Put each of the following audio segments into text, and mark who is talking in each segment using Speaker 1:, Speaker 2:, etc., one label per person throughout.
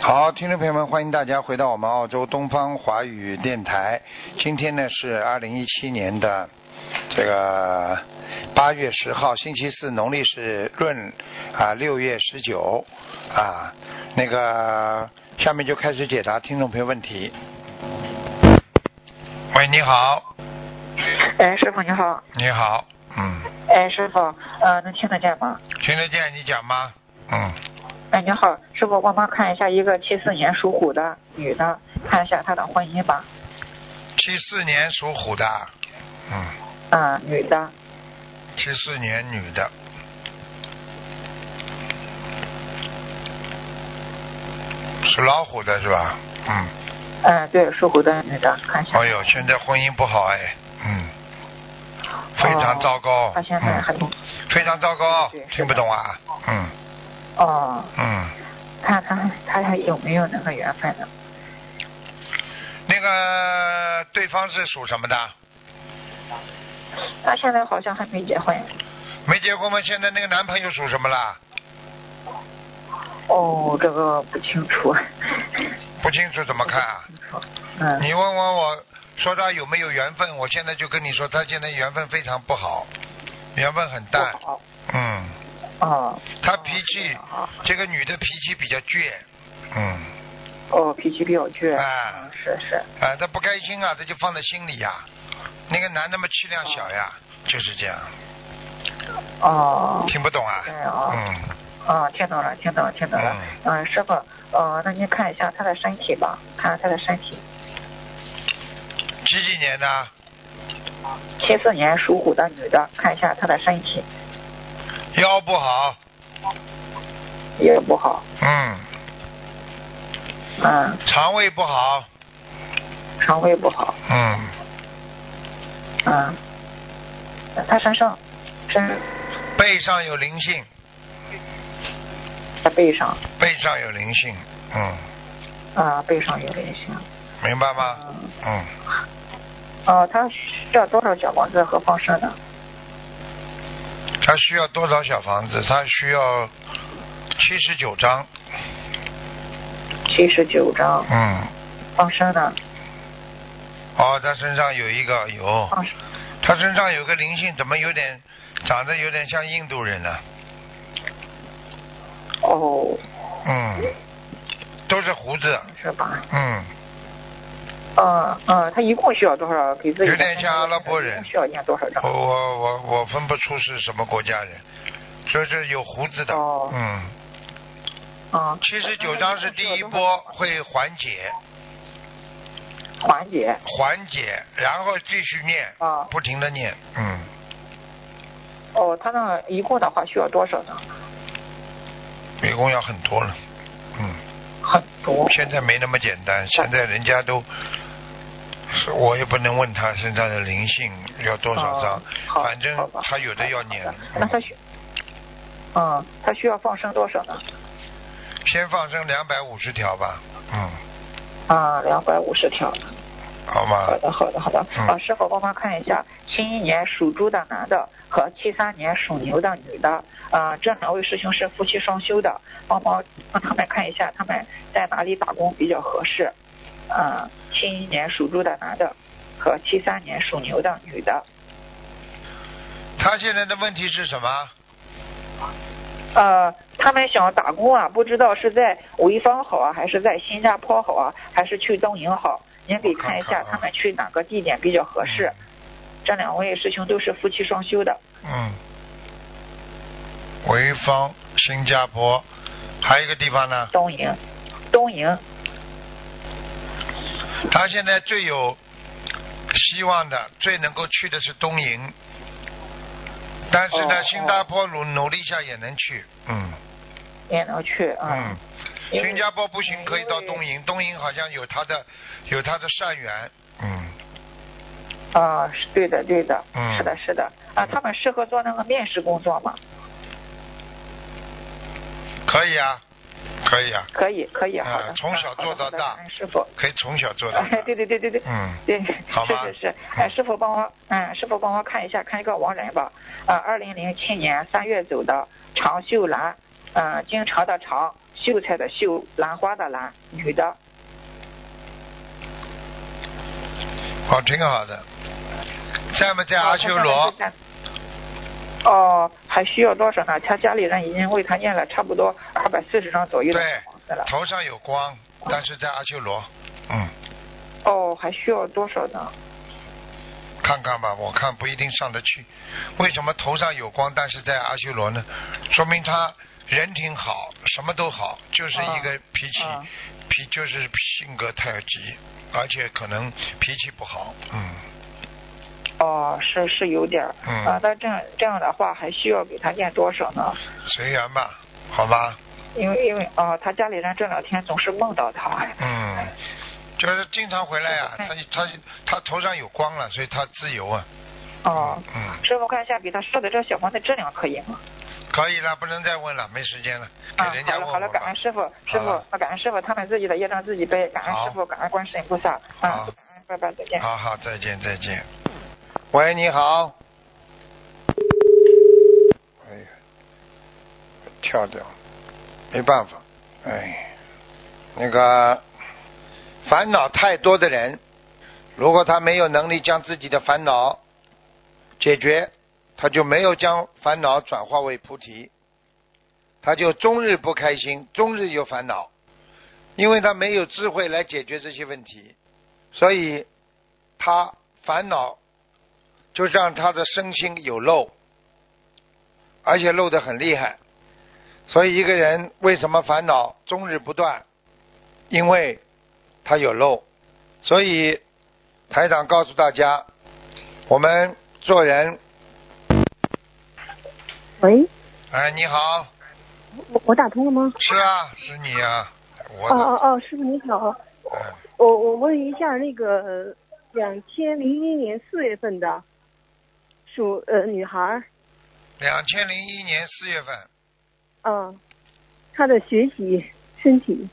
Speaker 1: 好，听众朋友们，欢迎大家回到我们澳洲东方华语电台。今天呢是二零一七年的这个八月十号，星期四，农历是闰啊六月十九啊。那个下面就开始解答听众朋友问题。喂，你好，
Speaker 2: 哎，师傅你好，
Speaker 1: 你好，嗯，
Speaker 2: 哎，师傅，呃，能听得见吗？
Speaker 1: 听得见你讲吗？嗯，
Speaker 2: 哎，你好，师傅，帮忙看一下一个七四年属虎的女的，看一下她的婚姻吧。
Speaker 1: 七四年属虎的，嗯，
Speaker 2: 啊、女的，
Speaker 1: 七四年女的。属老虎的是吧？嗯，
Speaker 2: 嗯、对，属虎的女的，看一下。
Speaker 1: 哎呦，现在婚姻不好哎，嗯，非常糟糕，
Speaker 2: 她现哦在还
Speaker 1: 嗯，非常糟糕
Speaker 2: 对是，的
Speaker 1: 听不懂啊，嗯
Speaker 2: 哦，
Speaker 1: 嗯，
Speaker 2: 看看她还有没有那个缘分呢？
Speaker 1: 那个对方是属什么的？
Speaker 2: 她现在好像还没结婚。
Speaker 1: 没结婚吗？现在那个男朋友属什么啦？
Speaker 2: 哦，这个不清楚。
Speaker 1: 不清楚怎么看啊？
Speaker 2: 不清楚。嗯。
Speaker 1: 你问问我，说他有没有缘分？我现在就跟你说，他现在缘分非常不好，缘分很淡
Speaker 2: 不。好。
Speaker 1: 嗯，
Speaker 2: 哦。
Speaker 1: 他脾气
Speaker 2: 哦，
Speaker 1: 这个女的脾气比较倔。嗯，
Speaker 2: 哦，脾气比较倔。
Speaker 1: 啊
Speaker 2: 嗯是是。
Speaker 1: 啊，她不开心啊，她就放在心里呀、那个男的嘛，气量小呀，就是这样。
Speaker 2: 哦。
Speaker 1: 听不懂啊？
Speaker 2: 对哦
Speaker 1: 嗯，
Speaker 2: 啊，听懂了，听懂了，听懂了。嗯、师傅，呃，那您看一下他的身体吧，看看他的身体。
Speaker 1: 几几年的？
Speaker 2: 七四年属虎的女的，看一下她的身体
Speaker 1: 腰不好。
Speaker 2: 也不好，
Speaker 1: 嗯，
Speaker 2: 嗯，
Speaker 1: 肠胃不好。
Speaker 2: 肠胃不好，
Speaker 1: 嗯，
Speaker 2: 嗯，她身上身
Speaker 1: 背上有灵性，
Speaker 2: 在背上，
Speaker 1: 背上有灵性。嗯，
Speaker 2: 啊、背上有点像。
Speaker 1: 明白吗？
Speaker 2: 嗯，
Speaker 1: 嗯，
Speaker 2: 哦、她需要多少小房子和放生呢？
Speaker 1: 嗯他需要多少小房子？他需要七十九张。
Speaker 2: 七十九张，
Speaker 1: 嗯，
Speaker 2: 放生呢？
Speaker 1: 哦，他身上有一个有，
Speaker 2: 放生
Speaker 1: 他身上有个灵性，怎么有点长得有点像印度人啊呢、
Speaker 2: 哦，
Speaker 1: 嗯，都是胡子。
Speaker 2: 是吧？
Speaker 1: 嗯，
Speaker 2: 嗯嗯，她一共需要多少？给自己的
Speaker 1: 有点像阿拉伯人哦
Speaker 2: 一共需要念多少张
Speaker 1: 我？我我我分不出是什么国家人，就是有胡子的。
Speaker 2: 哦
Speaker 1: 嗯，
Speaker 2: 啊，
Speaker 1: 七十九张是第一波会缓解，
Speaker 2: 缓解。
Speaker 1: 缓解，然后继续念，
Speaker 2: 啊
Speaker 1: 不停的念。嗯，
Speaker 2: 哦，他那一共的话需要多少呢？
Speaker 1: 一共要很多了。嗯。
Speaker 2: 很多。
Speaker 1: 现在没那么简单，
Speaker 2: 哦
Speaker 1: 现在人家都，是我也不能问他身上的灵性要多少张
Speaker 2: 哦，好
Speaker 1: 反正
Speaker 2: 好吧
Speaker 1: 他有的要念
Speaker 2: 好的。那他需，嗯，他需要放生多少呢？
Speaker 1: 先放生两百五十条吧，嗯，
Speaker 2: 啊，两百五十条。
Speaker 1: 好吗
Speaker 2: 好？的，好的，好的。
Speaker 1: 嗯
Speaker 2: 啊，师傅帮忙看一下，七一年属猪的男的和七三年属牛的女的，啊，这两位师兄是夫妻双修的，帮忙帮他们看一下他们在哪里打工比较合适。啊，七一年属猪的男的和七三年属牛的女的，
Speaker 1: 他现在的问题是什么？
Speaker 2: 呃，他们想打工啊，不知道是在潍坊好啊，还是在新加坡好啊，还是去东营好？您给看一
Speaker 1: 我看
Speaker 2: 下
Speaker 1: 看啊
Speaker 2: 他们去哪个地点比较合适。这两位师兄都是夫妻双修的，
Speaker 1: 嗯，潍坊、新加坡，还有一个地方呢，
Speaker 2: 东营，东营，
Speaker 1: 他现在最有希望的、最能够去的是东营，但是呢，
Speaker 2: 哦
Speaker 1: 新加坡努努力一下也能去，嗯。
Speaker 2: 也能去啊
Speaker 1: 嗯。，
Speaker 2: 因为
Speaker 1: 新加坡不行，可以到东。
Speaker 2: 因为
Speaker 1: 营，东营好像有他的有他的善缘。嗯，
Speaker 2: 啊，是对的，对的，
Speaker 1: 嗯
Speaker 2: 是的，是的。啊，他们适合做那个面试工作吗？
Speaker 1: 可以啊，可以啊，
Speaker 2: 可以，可以，好
Speaker 1: 啊
Speaker 2: 的。
Speaker 1: 从小做到大
Speaker 2: 好的好的感恩师傅。
Speaker 1: 可以从小做到大
Speaker 2: 哎，。对对对对对。
Speaker 1: 嗯，
Speaker 2: 对，
Speaker 1: 好吧
Speaker 2: 是是是，哎，师傅帮我，嗯，师傅帮我看一下，看一个亡人吧，啊呃，二零零七年三月走的常秀兰，嗯、经常的常，秀才的秀，兰花的兰，女的。
Speaker 1: 哦，挺好的。在不在阿修罗？
Speaker 2: 哦，还需要多少呢？他家里人已经为他念了差不多二百四十张左右的
Speaker 1: 对
Speaker 2: 房子了。
Speaker 1: 头上有光，但是在阿修罗。嗯，
Speaker 2: 哦，还需要多少呢？
Speaker 1: 看看吧，我看不一定上得去。为什么头上有光，但是在阿修罗呢？说明他人挺好，什么都好，就是一个脾气，
Speaker 2: 啊
Speaker 1: 脾就是性格太急，而且可能脾气不好。嗯，
Speaker 2: 哦，是是有点儿。
Speaker 1: 嗯
Speaker 2: 啊，那这样这样的话，还需要给他念多少呢？
Speaker 1: 随缘吧，好吧。
Speaker 2: 因为因为啊、他家里人这两天总是梦到他。
Speaker 1: 嗯，
Speaker 2: 哎
Speaker 1: 就是经常回来呀、
Speaker 2: 嗯
Speaker 1: 他他他头上有光了，所以他自由啊。
Speaker 2: 哦，
Speaker 1: 嗯，
Speaker 2: 师傅看一下，给他设的这小房子质量可以吗？
Speaker 1: 可以了，不能再问了，没时间了，给
Speaker 2: 啊
Speaker 1: 人，家
Speaker 2: 好
Speaker 1: 问
Speaker 2: 了
Speaker 1: 我
Speaker 2: 好
Speaker 1: 吧。
Speaker 2: 了，感恩师傅，师
Speaker 1: 好
Speaker 2: 傅
Speaker 1: 了
Speaker 2: 啊，感恩师傅，他们自己的业障自己背，感恩师
Speaker 1: 好
Speaker 2: 傅，感恩观世音菩萨，
Speaker 1: 好
Speaker 2: 啊，感恩拜拜，再见。
Speaker 1: 好好，再见再见。喂，你好。哎呀，跳掉，没办法，哎，那个烦恼太多的人，如果他没有能力将自己的烦恼解决，他就没有将烦恼转化为菩提，他就终日不开心，终日有烦恼，因为他没有智慧来解决这些问题，所以他烦恼，就让他的身心有漏，而且漏得很厉害。所以一个人为什么烦恼终日不断？因为他有漏。所以台长告诉大家，我们做人，
Speaker 3: 喂，
Speaker 1: 哎，你好，
Speaker 3: 我我打通了吗？
Speaker 1: 是啊，是你啊，我
Speaker 3: 哦
Speaker 1: 的，
Speaker 3: 哦哦，师傅您好，
Speaker 1: 嗯
Speaker 3: 我我问一下那个两千零一年四月份的属呃女孩儿，
Speaker 1: 两千零一年四月份，
Speaker 3: 嗯、她的学习身体，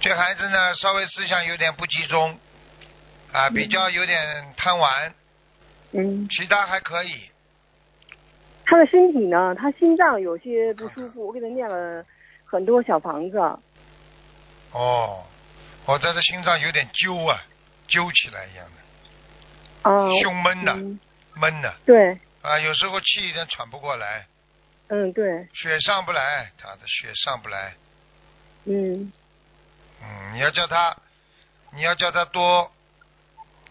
Speaker 1: 这孩子呢稍微思想有点不集中，啊，比较有点贪玩，
Speaker 3: 嗯，
Speaker 1: 其他还可以，
Speaker 3: 她的身体呢，她心脏有些不舒服，我给她念了很多小房子，
Speaker 1: 哦，我在这心脏有点揪啊，揪起来一样的，
Speaker 3: 啊，
Speaker 1: 胸闷呐
Speaker 3: 嗯
Speaker 1: 闷的
Speaker 3: 对，
Speaker 1: 啊，有时候气有点喘不过来，
Speaker 3: 嗯对，
Speaker 1: 血上不来，他的血上不来，
Speaker 3: 嗯
Speaker 1: 嗯，你要叫他，你要叫他多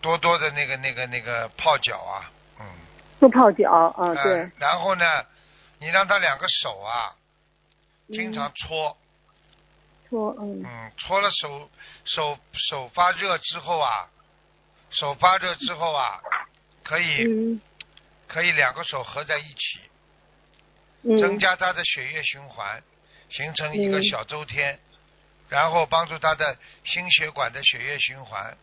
Speaker 1: 多多的那个那个那个泡脚啊，嗯，
Speaker 3: 做泡脚啊，
Speaker 1: 呃
Speaker 3: 对，
Speaker 1: 然后呢，你让他两个手啊
Speaker 3: 嗯
Speaker 1: 经常搓，
Speaker 3: 说嗯
Speaker 1: 嗯，搓了手手手发热之后啊，手发热之后啊，可以、
Speaker 3: 嗯
Speaker 1: 可以两个手合在一起，
Speaker 3: 嗯
Speaker 1: 增加他的血液循环，形成一个
Speaker 3: 嗯
Speaker 1: 小周天，然后帮助他的心血管的血液循环。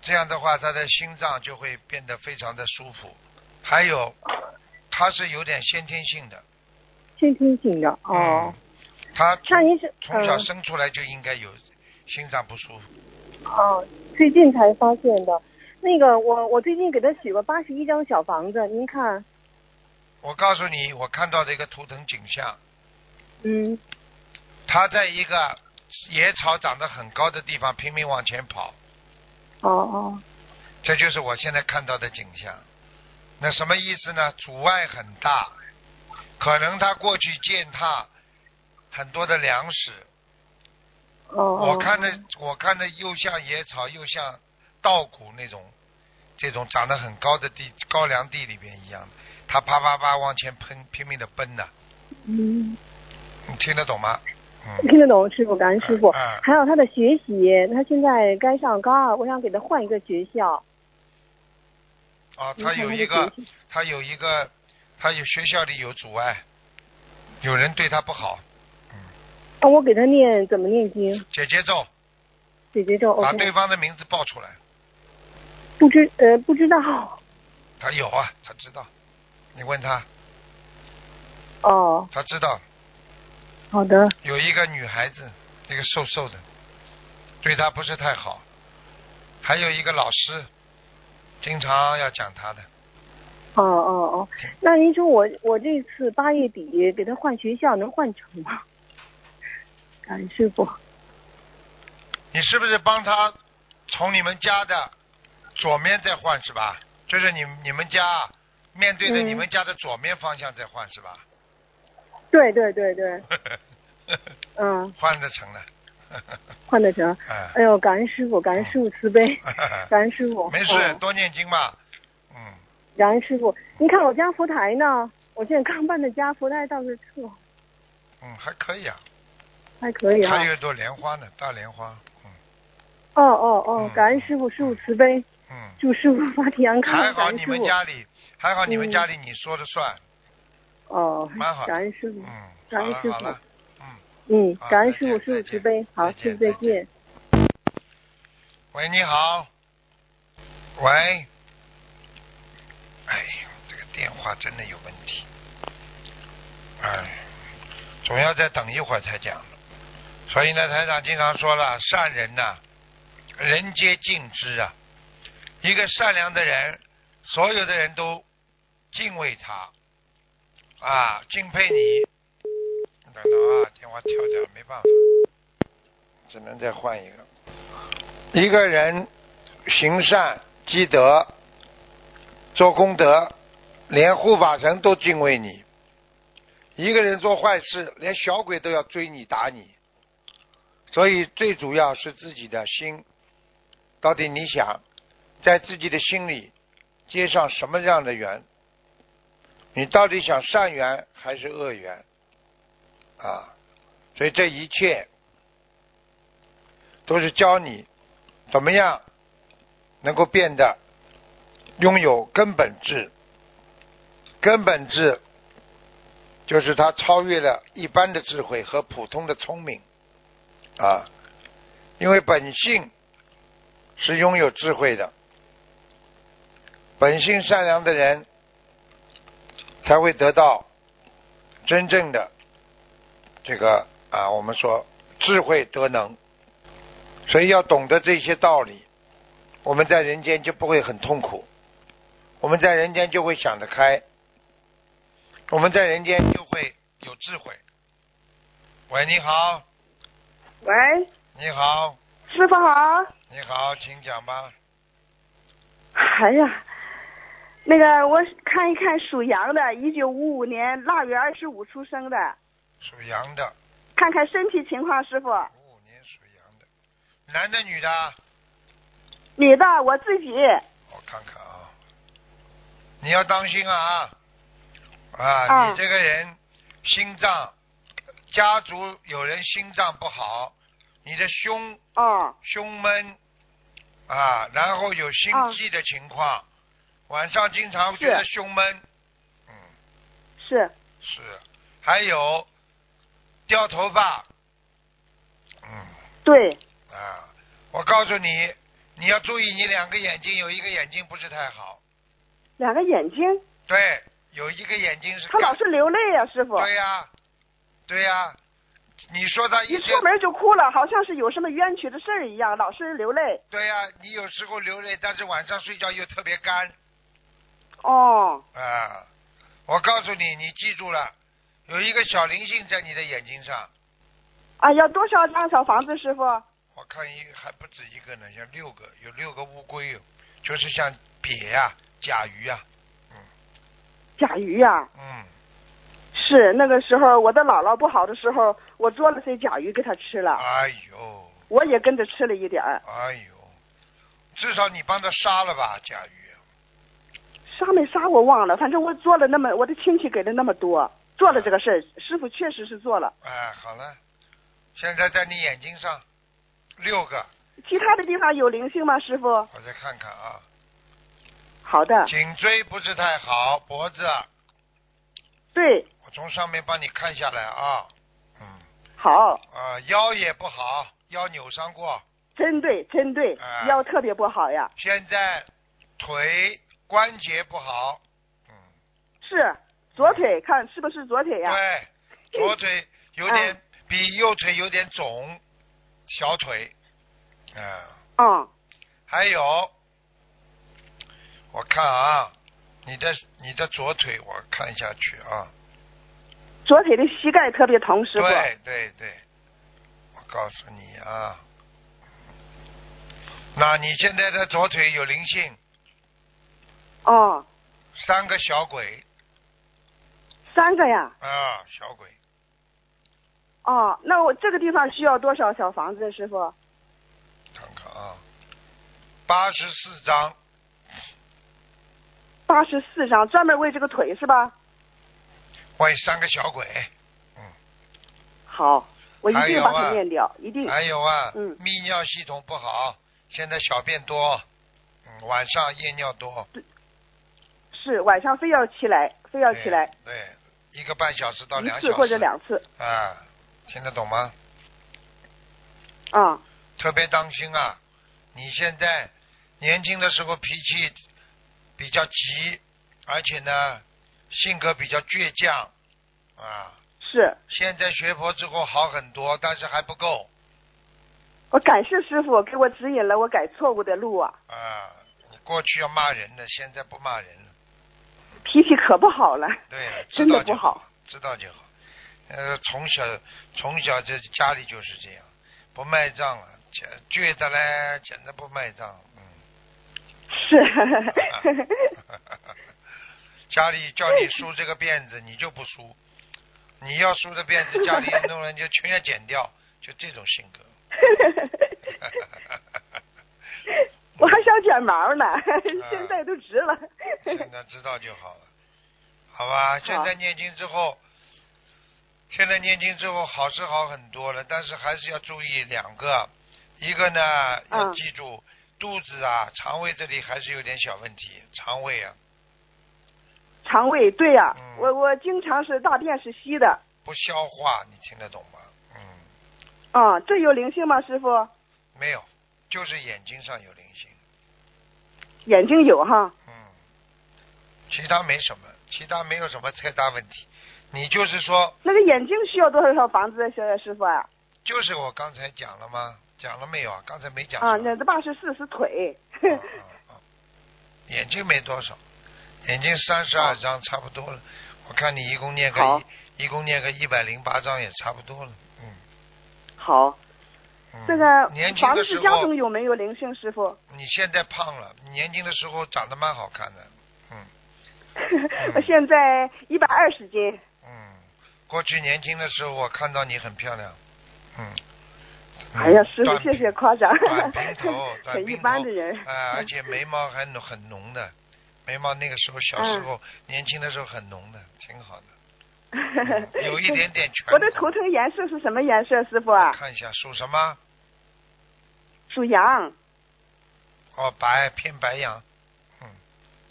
Speaker 1: 这样的话，他的心脏就会变得非常的舒服。还有，他是有点先天性的，
Speaker 3: 先天性的哦
Speaker 1: 嗯，，他
Speaker 3: 那
Speaker 1: 从
Speaker 3: 您是
Speaker 1: 从小
Speaker 3: 嗯
Speaker 1: 生出来就应该有心脏不舒服。
Speaker 3: 哦，最近才发现的。那个我我最近给他许过八十一张小房子，您看，
Speaker 1: 我告诉你，我看到的一个图腾景象，
Speaker 3: 嗯
Speaker 1: 他在一个野草长得很高的地方拼命往前跑，
Speaker 3: 哦哦，
Speaker 1: 这就是我现在看到的景象。那什么意思呢？阻碍很大，可能他过去践踏很多的粮食。
Speaker 3: 哦哦，
Speaker 1: 我看着，我看着又像野草，又像稻谷那种，这种长得很高的地高粱地里边一样，他啪啪啪往前喷，拼命的奔呐、
Speaker 3: 嗯，
Speaker 1: 你听得懂吗？嗯，
Speaker 3: 听得懂师傅，感恩师傅。
Speaker 1: 嗯嗯
Speaker 3: 还有他的学习，他现在该上高二，我想给他换一个学校。
Speaker 1: 哦，
Speaker 3: 您
Speaker 1: 啊他
Speaker 3: 看
Speaker 1: 有
Speaker 3: 的
Speaker 1: 一个
Speaker 3: 学，习
Speaker 1: 他有一个，他有学校里有阻碍，有人对他不好，
Speaker 3: 那哦我给他念怎么念经？
Speaker 1: 姐姐咒，
Speaker 3: 姐姐咒
Speaker 1: 把
Speaker 3: OK？、
Speaker 1: 对方的名字报出来。
Speaker 3: 不知呃不知道
Speaker 1: 他有啊，他知道。你问他，
Speaker 3: 哦，
Speaker 1: 他知道
Speaker 3: 好的，
Speaker 1: 有一个女孩子，一个瘦瘦的，对他不是太好。还有一个老师，经常要讲他的。
Speaker 3: 哦哦哦。那您说我我这次八月底给他换学校能换成吗？
Speaker 4: 感恩师傅。
Speaker 1: 你是不是帮他从你们家的左面再换是吧？就是你你们家啊面对着
Speaker 4: 嗯
Speaker 1: 你们家的左面方向再换是吧？
Speaker 4: 对对对对，嗯，
Speaker 1: 换得成了，
Speaker 4: 换得成。
Speaker 1: 嗯
Speaker 4: 哎呦，感恩师傅，感恩师傅慈悲，
Speaker 3: 哎
Speaker 4: 感恩师傅。
Speaker 1: 哦 没事，
Speaker 4: 嗯
Speaker 1: 多念经嘛，嗯，
Speaker 4: 感恩师傅，您看我家佛台呢？我现在刚搬的家，佛台倒是特
Speaker 1: 嗯，还可以啊，
Speaker 4: 还可以啊
Speaker 1: 还。有一朵莲花呢，大莲花，嗯
Speaker 4: 哦哦哦
Speaker 1: 嗯，
Speaker 4: 感恩师傅，师傅慈悲，
Speaker 1: 嗯，
Speaker 4: 祝师傅法体安康。
Speaker 1: 还
Speaker 4: 感
Speaker 1: 好
Speaker 4: 恩
Speaker 1: 你
Speaker 4: 师
Speaker 1: 们
Speaker 4: 傅。
Speaker 1: 家里，还好你们
Speaker 4: 嗯
Speaker 1: 家里你说的算，
Speaker 4: 哦
Speaker 1: 蛮好，的
Speaker 4: 感恩师傅
Speaker 1: 嗯，，
Speaker 4: 感
Speaker 1: 好
Speaker 4: 恩
Speaker 1: 了
Speaker 4: 师
Speaker 1: 好
Speaker 4: 傅
Speaker 1: 了，嗯，
Speaker 4: 嗯
Speaker 1: 好，
Speaker 4: 感恩
Speaker 1: 再
Speaker 4: 师傅，师
Speaker 1: 见再
Speaker 4: 傅
Speaker 1: 见
Speaker 4: 慈悲。好，
Speaker 1: 再见
Speaker 4: 师傅再
Speaker 1: 再见
Speaker 4: 见。
Speaker 1: 喂，你好，喂，哎呦，这个电话真的有问题，哎，总要再等一会儿才讲。所以呢，台长经常说了，善人呐、人皆敬之啊。一个善良的人，所有的人都敬畏他，啊，敬佩你。等等啊，电话跳掉了，没办法，只能再换一个。一个人行善积德，做功德，连护法神都敬畏你；一个人做坏事，连小鬼都要追你打你。所以最主要是自己的心，到底你想在自己的心里接上什么样的缘？你到底想善缘还是恶缘？啊，所以这一切都是教你怎么样能够变得拥有根本智？根本智就是它超越了一般的智慧和普通的聪明啊，因为本性是拥有智慧的，本性善良的人才会得到真正的这个啊，我们说智慧得能。所以要懂得这些道理，我们在人间就不会很痛苦，我们在人间就会想得开，我们在人间就会有智慧。喂，你好，
Speaker 3: 喂，
Speaker 1: 你好，
Speaker 3: 师傅好。
Speaker 1: 你好，请讲吧。
Speaker 3: 哎呀，那个我看一看属羊的，一九五五年腊月二十五出生的，
Speaker 1: 属羊的，
Speaker 3: 看看身体情况，师傅。
Speaker 1: 五五年属羊的，男的女的啊？
Speaker 3: 女的，我自己。
Speaker 1: 我看看啊，你要当心啊！啊，
Speaker 3: 嗯
Speaker 1: 你这个人心脏，家族有人心脏不好，你的胸
Speaker 3: 哦，
Speaker 1: 胸闷啊，然后有心
Speaker 3: 啊
Speaker 1: 悸的情况，晚上经常觉
Speaker 3: 是
Speaker 1: 得胸闷，嗯，
Speaker 3: 是
Speaker 1: 是，还有掉头发，嗯
Speaker 3: 对，
Speaker 1: 啊，我告诉你，你要注意，你两个眼睛有一个眼睛不是太好，
Speaker 3: 两个眼睛，
Speaker 1: 对，有一个眼睛是
Speaker 3: 她老
Speaker 1: 干，
Speaker 3: 是流泪呀、师傅。
Speaker 1: 对呀、对呀、你说他
Speaker 3: 一
Speaker 1: 一天
Speaker 3: 出门就哭了，好像是有什么冤屈的事儿一样，老是流泪。
Speaker 1: 对呀、你有时候流泪，但是晚上睡觉又特别干，
Speaker 3: 哦，
Speaker 1: 啊，我告诉你，你记住了，有一个小灵性在你的眼睛上，
Speaker 3: 啊，要多少张小房子，师傅？
Speaker 1: 我看一还不止一个呢，像六个，有六个乌龟哦，就是像鳖呀、甲鱼呀、
Speaker 3: 甲鱼呀、
Speaker 1: 嗯，
Speaker 3: 是那个时候我的姥姥不好的时候，我做了些甲鱼给她吃了。
Speaker 1: 哎呦，
Speaker 3: 我也跟着吃了一点儿，
Speaker 1: 哎呦，至少你帮他杀了吧，甲鱼，
Speaker 3: 杀没杀我忘了，反正我做了那么，我的亲戚给了那么多，做了这个事儿，师傅确实是做了，
Speaker 1: 哎，好了，现在在你眼睛上六个，
Speaker 3: 其他的地方有灵性吗，师傅？
Speaker 1: 我再看看啊，
Speaker 3: 好的，
Speaker 1: 颈椎不是太好，脖子，啊
Speaker 3: 对，
Speaker 1: 我从上面帮你看下来啊，嗯，
Speaker 3: 好，
Speaker 1: 啊、腰也不好，腰扭伤过，
Speaker 3: 真对，真对
Speaker 1: 啊，
Speaker 3: 腰特别不好呀，
Speaker 1: 现在腿关节不好，嗯，
Speaker 3: 是左腿，看是不是左腿呀？
Speaker 1: 对，左腿有点、
Speaker 3: 嗯
Speaker 1: 比右腿有点肿，小腿，嗯，
Speaker 3: 嗯，
Speaker 1: 还有，我看啊，你的你的左腿我看下去啊，
Speaker 3: 左腿的膝盖特别疼，师傅，
Speaker 1: 对对对，告诉你啊，那你现在的左腿有灵性，
Speaker 3: 哦，
Speaker 1: 三个小鬼
Speaker 3: 三个呀。
Speaker 1: 啊，小鬼，
Speaker 3: 哦，那我这个地方需要多少小房子，师傅？
Speaker 1: 看看啊，八十四张，
Speaker 3: 八十四张，专门为这个腿是吧？
Speaker 1: 为三个小鬼，
Speaker 3: 好，我一
Speaker 1: 还
Speaker 3: 定
Speaker 1: 有
Speaker 3: 把它
Speaker 1: 啊
Speaker 3: 念掉，一定。
Speaker 1: 还有啊，
Speaker 3: 嗯
Speaker 1: 泌尿系统不好，现在小便多，嗯，晚上夜尿多，
Speaker 3: 是晚上非要起来，非要
Speaker 1: 对
Speaker 3: 起来
Speaker 1: 对，一个半小时到两小
Speaker 3: 一次
Speaker 1: 时
Speaker 3: 或者两次
Speaker 1: 啊，听得懂吗？
Speaker 3: 啊、
Speaker 1: 特别当心啊！你现在年轻的时候脾气比较急，而且呢性格比较倔强啊。
Speaker 3: 是
Speaker 1: 现在学佛之后好很多，但是还不够
Speaker 3: 我感谢师傅给我指引了我改错误的路啊，
Speaker 1: 啊。你过去要骂人的，现在不骂人了。
Speaker 3: 脾气可不好了，
Speaker 1: 对了，知
Speaker 3: 真的
Speaker 1: 道
Speaker 3: 不
Speaker 1: 就
Speaker 3: 好，
Speaker 1: 知道就好。呃，从小从小这家里就是这样，不卖账了，倔倔的嘞，简直不卖账。嗯。
Speaker 3: 是，
Speaker 1: 家里叫你梳这个辫子，你就不梳；你要梳这辫子，家里弄人就全要剪掉，就这种性格。
Speaker 3: 我还想剪毛呢，
Speaker 1: 嗯
Speaker 3: 现在都直了，
Speaker 1: 现在知道就好了，好吧？现在念经之后，现在念经之后好是好很多了，但是还是要注意两个，一个呢要
Speaker 3: 嗯
Speaker 1: 记住、肚子啊、肠胃这里还是有点小问题，肠胃啊
Speaker 3: 肠胃对呀、
Speaker 1: 嗯
Speaker 3: 我我经常是大便是稀的，
Speaker 1: 不消化，你听得懂吗？嗯。
Speaker 3: 啊、这有灵性吗，师傅？
Speaker 1: 没有，就是眼睛上有灵性，
Speaker 3: 眼睛有哈，
Speaker 1: 嗯，其他没什么，其他没有什么太大问题。你就是说，
Speaker 3: 那个眼睛需要多少套房子，小野师傅啊？
Speaker 1: 就是我刚才讲了吗？讲了没有啊？刚才没讲
Speaker 3: 啊，
Speaker 1: 是吧
Speaker 3: 那八十四是腿，
Speaker 1: 啊啊啊 眼睛没多少，眼睛三十二张差不多了。我看你一共念个
Speaker 3: 好
Speaker 1: 一，一共念个一百零八张也差不多了。嗯，
Speaker 3: 好，
Speaker 1: 嗯
Speaker 3: 这个
Speaker 1: 年轻
Speaker 3: 房
Speaker 1: 的时
Speaker 3: 子家
Speaker 1: 候嗯
Speaker 3: 中，有没有灵性，师傅？
Speaker 1: 你现在胖了，你年轻的时候长得蛮好看的。嗯。
Speaker 3: 我现在一百二十斤，
Speaker 1: 嗯，过去年轻的时候，我看到你很漂亮，嗯。嗯
Speaker 3: 哎呀，师傅
Speaker 1: 短
Speaker 3: 谢
Speaker 1: 平
Speaker 3: 谢夸奖
Speaker 1: 短平头，，短
Speaker 3: 很
Speaker 1: 平
Speaker 3: 一
Speaker 1: 头
Speaker 3: 般的人
Speaker 1: 啊、，而且眉毛还浓很浓的，眉毛那个时候小时
Speaker 3: 嗯
Speaker 1: 候、年轻的时候很浓的，挺好的， 嗯有一点点全。
Speaker 3: 我的图腾颜色是什么颜色，师傅啊？
Speaker 1: 看一下属什么？
Speaker 3: 属羊，
Speaker 1: 哦，白偏白羊，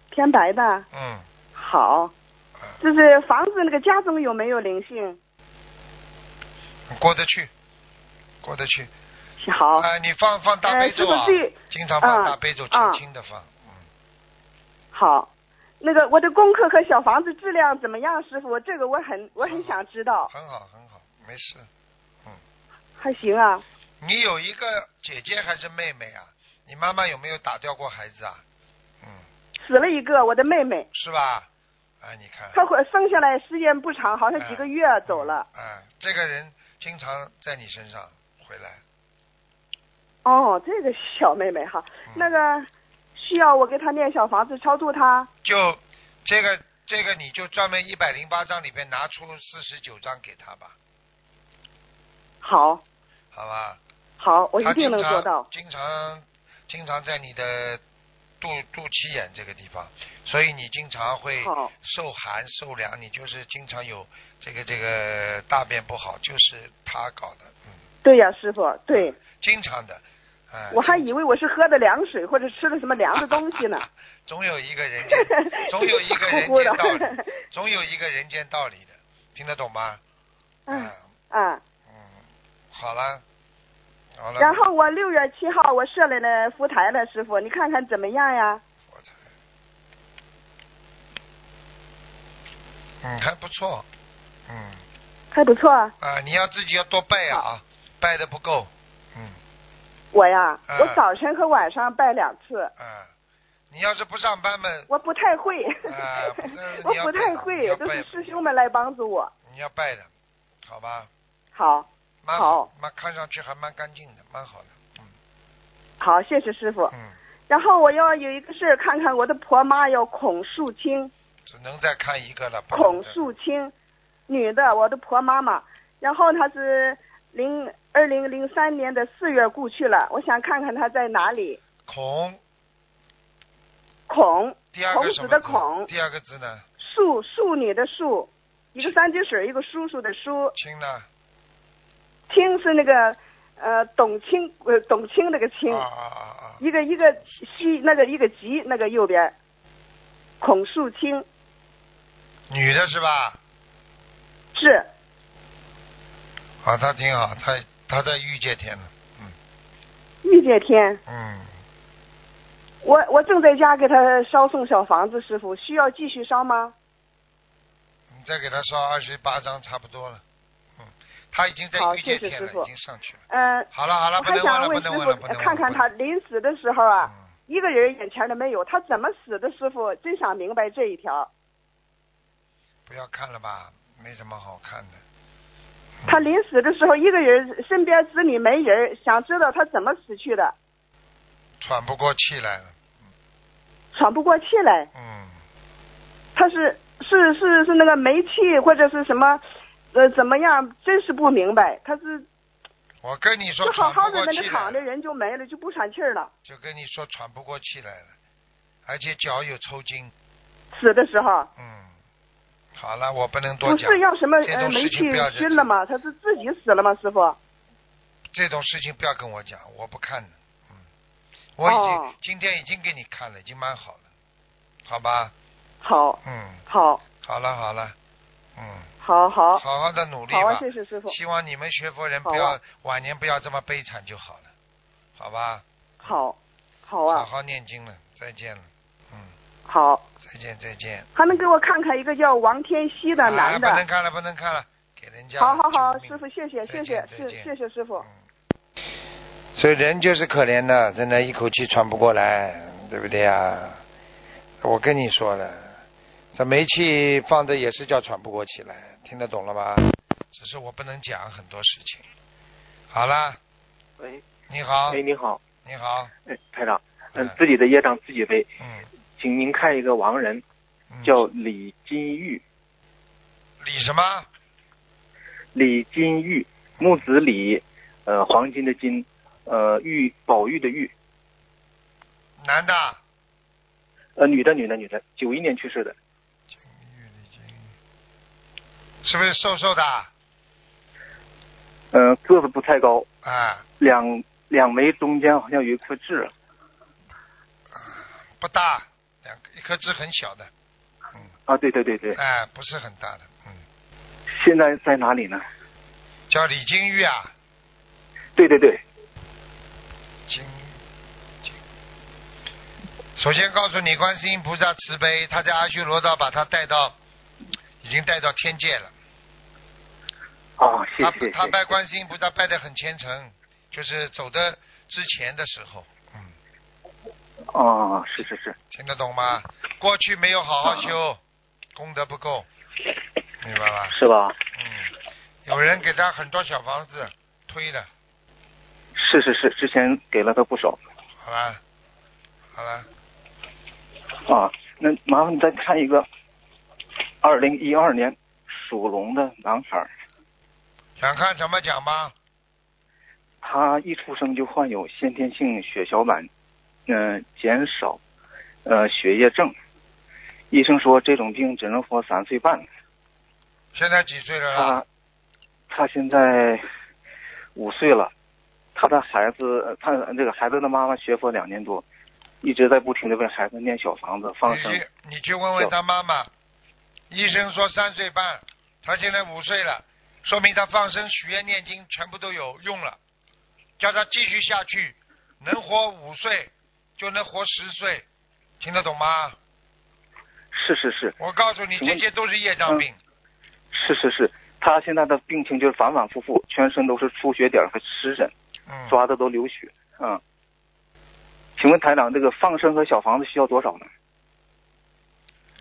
Speaker 3: 偏白的。
Speaker 1: 嗯，
Speaker 3: 好，
Speaker 1: 啊、
Speaker 3: 就是房子那个家中有没有灵性？
Speaker 1: 过得去，过得去。
Speaker 3: 好
Speaker 1: 啊、，你放放大
Speaker 3: 呃
Speaker 1: 悲
Speaker 3: 师
Speaker 1: 咒
Speaker 3: 傅
Speaker 1: 啊，
Speaker 3: 对
Speaker 1: 经常放
Speaker 3: 啊
Speaker 1: 大悲咒，
Speaker 3: 啊
Speaker 1: 轻轻的放，嗯。
Speaker 3: 好，那个我的功课和小房子质量怎么样，师傅？这个我很我很想知道。
Speaker 1: 很好，很好，没事。
Speaker 3: 还行啊，
Speaker 1: 你有一个姐姐还是妹妹啊？你妈妈有没有打掉过孩子啊？嗯，
Speaker 3: 死了一个，我的妹妹，
Speaker 1: 是吧？啊，你看，
Speaker 3: 她会生下来时间不长，好像几个月走了。
Speaker 1: 啊，这个人经常在你身上回来。
Speaker 3: 哦，这个小妹妹哈，
Speaker 1: 嗯、
Speaker 3: 那个需要我给她念小房子超度她。
Speaker 1: 就这个这个，你就专门一百零八章里边拿出四十九章给他吧，
Speaker 3: 好，
Speaker 1: 好吧？
Speaker 3: 好，我
Speaker 1: 他
Speaker 3: 一定能做到。
Speaker 1: 经常经常在你的肚肚脐眼这个地方，所以你经常会
Speaker 3: 好
Speaker 1: 受寒受凉，你就是经常有这个这个大便不好，就是他搞的，嗯，
Speaker 3: 对呀、师傅，对，
Speaker 1: 经常的，哎、
Speaker 3: 我还以为我是喝的凉水或者吃了什么凉的东西呢。
Speaker 1: 总有一个人 间，总有一个人
Speaker 3: 傻乎乎
Speaker 1: 间
Speaker 3: 的
Speaker 1: 道理， 总有一个人间道理的，听得懂吗？
Speaker 3: 嗯
Speaker 1: 啊
Speaker 3: 啊，
Speaker 1: 嗯，好了，好了，
Speaker 3: 然后我六月七号我设来了福台了，师傅，你看看怎么样呀？
Speaker 1: 我猜，嗯，还不错，嗯
Speaker 3: 还不错啊。
Speaker 1: 啊，你要自己要多拜啊，拜的不够，嗯
Speaker 3: 我呀，
Speaker 1: 嗯
Speaker 3: 我早晨和晚上拜两次，
Speaker 1: 啊，你要是不上班嘛，
Speaker 3: 我不太会，
Speaker 1: 啊 不是
Speaker 3: 我
Speaker 1: 你要
Speaker 3: 不太
Speaker 1: 你要
Speaker 3: 会，
Speaker 1: 拜
Speaker 3: 都是师兄们来帮助我。
Speaker 1: 你要拜的，好吧？
Speaker 3: 好，
Speaker 1: 蛮
Speaker 3: 好，
Speaker 1: 蛮看上去还蛮干净的，蛮好的，嗯
Speaker 3: 好，谢谢师傅。
Speaker 1: 嗯，
Speaker 3: 然后我要有一个事儿看看我的婆妈，要孔树清，
Speaker 1: 只能再看一个了。不能
Speaker 3: 孔
Speaker 1: 再
Speaker 3: 树清，女的，我的婆妈妈。然后她是零二零零三年的四月故去了，我想看看她在哪里。
Speaker 1: 孔，
Speaker 3: 孔，
Speaker 1: 第二个
Speaker 3: 孔
Speaker 1: 什么
Speaker 3: 子
Speaker 1: 字
Speaker 3: 的孔，
Speaker 1: 第二个字呢？
Speaker 3: 树树女的树，一个三点水，一个叔叔的叔，
Speaker 1: 清呢？
Speaker 3: 清是那个呃董卿呃董卿那个卿，
Speaker 1: 啊啊啊啊！
Speaker 3: 一个一个西那个一个吉那个右边，孔树清
Speaker 1: 女的是吧？
Speaker 3: 是
Speaker 1: 啊，她挺好，她她在御界天呢。嗯
Speaker 3: 玉界天。
Speaker 1: 嗯，
Speaker 3: 我我正在家给他烧送小房子，师傅需要继续烧吗？
Speaker 1: 你再给她烧二十八张差不多了。嗯，她已经在
Speaker 3: 好
Speaker 1: 御界
Speaker 3: 谢谢
Speaker 1: 天
Speaker 3: 师
Speaker 1: 了，
Speaker 3: 傅
Speaker 1: 已经上去了。
Speaker 3: 嗯、
Speaker 1: 好了好了，
Speaker 3: 我
Speaker 1: 不
Speaker 3: 还
Speaker 1: 能问
Speaker 3: 想
Speaker 1: 了，不
Speaker 3: 问师
Speaker 1: 能问了，不
Speaker 3: 傅
Speaker 1: 能问了
Speaker 3: 看看
Speaker 1: 不
Speaker 3: 他
Speaker 1: 能
Speaker 3: 临死的时候啊，
Speaker 1: 嗯
Speaker 3: 一个人眼前都没有，他怎么死的？师傅真想明白这一条。
Speaker 1: 不要看了吧，没什么好看的。
Speaker 3: 他临死的时候，一个人身边子女没人，想知道他怎么死去的，
Speaker 1: 喘不过气来了。
Speaker 3: 喘不过气来。
Speaker 1: 嗯，
Speaker 3: 他是是是是那个煤气或者是什么，呃，怎么样？真是不明白。他是
Speaker 1: 我跟你说
Speaker 3: 就好
Speaker 1: 喘
Speaker 3: 好
Speaker 1: 不
Speaker 3: 的
Speaker 1: 过
Speaker 3: 在
Speaker 1: 气
Speaker 3: 那
Speaker 1: 来
Speaker 3: 躺着，
Speaker 1: 了，
Speaker 3: 人就没了，就不喘气儿了。
Speaker 1: 就跟你说喘不过气来了，而且脚有抽筋。
Speaker 3: 死的时候。
Speaker 1: 嗯，好了，我不能多
Speaker 3: 不
Speaker 1: 讲。
Speaker 3: 是要什么
Speaker 1: 这
Speaker 3: 呃
Speaker 1: 种事
Speaker 3: 煤
Speaker 1: 情
Speaker 3: 气
Speaker 1: 不要
Speaker 3: 熏了吗？他是自己死了吗？师傅？
Speaker 1: 这种事情不要跟我讲，我不看的。嗯，我已经、
Speaker 3: 哦
Speaker 1: 今天已经给你看了，已经蛮好了，好吧？
Speaker 3: 好，
Speaker 1: 嗯，
Speaker 3: 好，
Speaker 1: 好了好了，嗯，
Speaker 3: 好，好，
Speaker 1: 好好的努力
Speaker 3: 好
Speaker 1: 吧。
Speaker 3: 啊！谢谢师傅。
Speaker 1: 希望你们学佛人不
Speaker 3: 好啊
Speaker 1: 要、晚年不要这么悲惨就好了，好吧？
Speaker 3: 好，好
Speaker 1: 好
Speaker 3: 啊，
Speaker 1: 好念经了，再见了，嗯，
Speaker 3: 好。
Speaker 1: 再见再见。
Speaker 3: 还能给我看看一个叫王天熙的
Speaker 1: 啊
Speaker 3: 男的
Speaker 1: 不？能看了不能看了，给人家了。
Speaker 3: 好好好，
Speaker 1: 救命
Speaker 3: 师傅，谢谢，
Speaker 1: 再
Speaker 3: 谢
Speaker 1: 见
Speaker 3: 谢，
Speaker 1: 再
Speaker 3: 是
Speaker 1: 见
Speaker 3: 谢谢师傅。
Speaker 1: 所以人就是可怜的，真的，一口气喘不过来，对不对呀？我跟你说了，这煤气放着也是叫喘不过气来，听得懂了吗？只是我不能讲很多事情。好啦，
Speaker 5: 喂，
Speaker 1: 你好，
Speaker 5: 哎，你好，
Speaker 1: 你好，
Speaker 5: 哎，台长，嗯
Speaker 1: 嗯，
Speaker 5: 自己的业障自己背，
Speaker 1: 嗯，
Speaker 5: 请您看一个亡人
Speaker 1: 嗯
Speaker 5: 叫李金玉，
Speaker 1: 李什么？
Speaker 5: 李金玉，木子李，呃，黄金的金，呃，玉宝玉的玉，
Speaker 1: 男的？
Speaker 5: 呃，女的女的女的，九一年去世的，
Speaker 1: 金玉李金玉是不是瘦瘦的？
Speaker 5: 呃，个子不太高，
Speaker 1: 啊，
Speaker 5: 两两眉中间好像有一颗痣，
Speaker 1: 不大，两个一颗痣很小的，嗯，
Speaker 5: 啊，对对对对，
Speaker 1: 哎，不是很大的，嗯，
Speaker 5: 现在在哪里呢？
Speaker 1: 叫李金玉啊。
Speaker 5: 对对对，
Speaker 1: 金金。首先告诉你，观世音菩萨慈悲，他在阿修罗道把他带到，已经带到天界了。
Speaker 5: 啊，谢
Speaker 1: 他
Speaker 5: 谢，
Speaker 1: 他
Speaker 5: 谢
Speaker 1: 拜观世音菩萨拜得很虔诚，就是走的之前的时候，嗯，
Speaker 5: 啊，是是是，
Speaker 1: 听得懂吗？
Speaker 5: 嗯
Speaker 1: 过去没有好好修，功德不够，明白吧？
Speaker 5: 是吧？
Speaker 1: 嗯，有人给他很多小房子推的，
Speaker 5: 是是是，之前给了他不少。
Speaker 1: 好啦，好啦，
Speaker 5: 啊，那麻烦你再看一个，二零一二年属龙的男孩儿，
Speaker 1: 想看什么讲吗？
Speaker 5: 他一出生就患有先天性血小板，嗯、减少，呃，血液症。医生说这种病只能活三岁半。
Speaker 1: 现在几岁了啦？
Speaker 5: 他，他现在五岁了，他的孩子，呃他这个孩子的妈妈学佛两年多，一直在不停的为孩子念小房子放
Speaker 1: 你
Speaker 5: 生。
Speaker 1: 去你去问问他妈妈，医生说三岁半，他现在五岁了，说明他放生、许愿、念经全部都有用了。叫他继续下去，能活五岁就能活十岁，听得懂吗？
Speaker 5: 是是是，
Speaker 1: 我告诉你，
Speaker 5: 请
Speaker 1: 这
Speaker 5: 问
Speaker 1: 些都是业障病。
Speaker 5: 是是是，他现在的病情就是反反复复，全身都是出血点儿和湿疹，
Speaker 1: 嗯，
Speaker 5: 抓的都流血。嗯，请问台长，这个放生和小房子需要多少呢？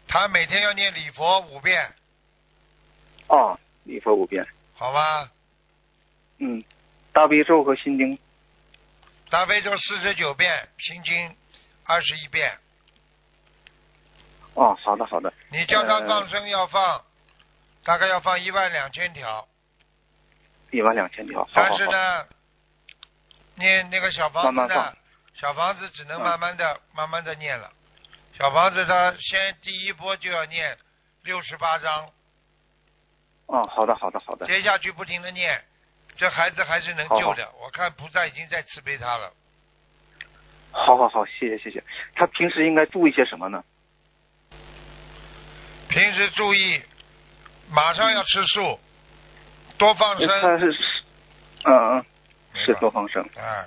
Speaker 1: 他每天要念礼佛五遍，
Speaker 5: 啊，礼佛五遍。
Speaker 1: 好吗？
Speaker 5: 嗯，大悲咒和心经
Speaker 1: 大悲咒四十九遍，心经二十一遍。
Speaker 5: 哦，好的好的，
Speaker 1: 你叫他
Speaker 5: 呃
Speaker 1: 放生要放，大概要放一万两千条，
Speaker 5: 一万两千条，好好
Speaker 1: 但
Speaker 5: 好
Speaker 1: 是，呢，念那个小房子
Speaker 5: 慢慢
Speaker 1: 呢
Speaker 5: 放，
Speaker 1: 小房子只能
Speaker 5: 嗯
Speaker 1: 慢慢的、慢慢的念了。小房子他先第一波就要念六十八章，
Speaker 5: 哦，好的好的好的，
Speaker 1: 接下去不停的念，这孩子还是能
Speaker 5: 好
Speaker 1: 救的。我看菩萨已经在慈悲他了。
Speaker 5: 好好好，谢谢谢谢。他平时应该注意些什么呢？
Speaker 1: 平时注意，马上要吃素，多放生，
Speaker 5: 他是，嗯嗯，
Speaker 1: 明
Speaker 5: 是
Speaker 1: 白
Speaker 5: 多放生，
Speaker 1: 哎，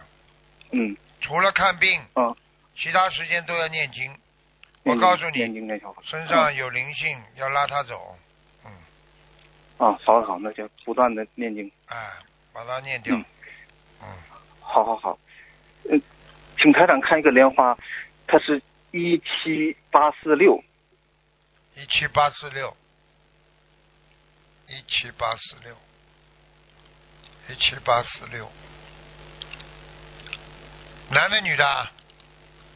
Speaker 5: 嗯
Speaker 1: 除了看病，
Speaker 5: 嗯。
Speaker 1: 其他时间都要念经。我告诉
Speaker 5: 念
Speaker 1: 你，
Speaker 5: 经念小房子
Speaker 1: 身上有灵性，要拉他走，
Speaker 5: 啊，好的好的，那就不断的念经，
Speaker 1: 哎，把它念掉
Speaker 5: 嗯。
Speaker 1: 嗯，
Speaker 5: 好好好。嗯，请台长看一个莲花，它是一七八四六，
Speaker 1: 一七八四六，一七八四六，一七八四六，男的女的啊？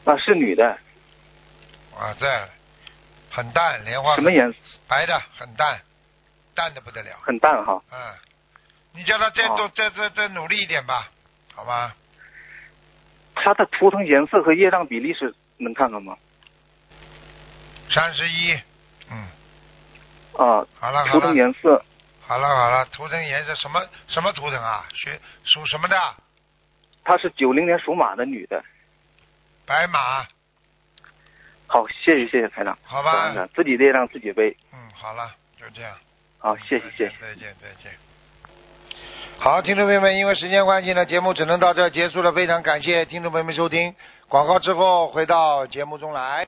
Speaker 5: 啊，是女的，
Speaker 1: 哇塞，很淡，莲花
Speaker 5: 什么
Speaker 1: 很
Speaker 5: 颜色？
Speaker 1: 白的，很淡，淡的不得了。
Speaker 5: 很淡哈。
Speaker 1: 嗯，你叫他再多
Speaker 5: 哦
Speaker 1: 再再再努力一点吧，好吧？
Speaker 5: 它的图腾颜色和业障比例是能看看吗？
Speaker 1: 三十一，嗯，
Speaker 5: 啊，
Speaker 1: 好了好
Speaker 5: 图腾
Speaker 1: 了
Speaker 5: 颜色
Speaker 1: 好了好了，图腾颜色什么什么图腾啊？学属什么的？
Speaker 5: 她是九零年属马的女的。
Speaker 1: 白马，
Speaker 5: 好，谢谢谢谢台长，
Speaker 1: 好吧
Speaker 5: 感恩啊自己的业障自己背。
Speaker 1: 嗯，好了，就这样。
Speaker 5: 好，谢谢谢谢。
Speaker 1: 再见再见。好，听众朋友们，因为时间关系呢，节目只能到这儿结束了。非常感谢听众朋友们收听，广告之后回到节目中来。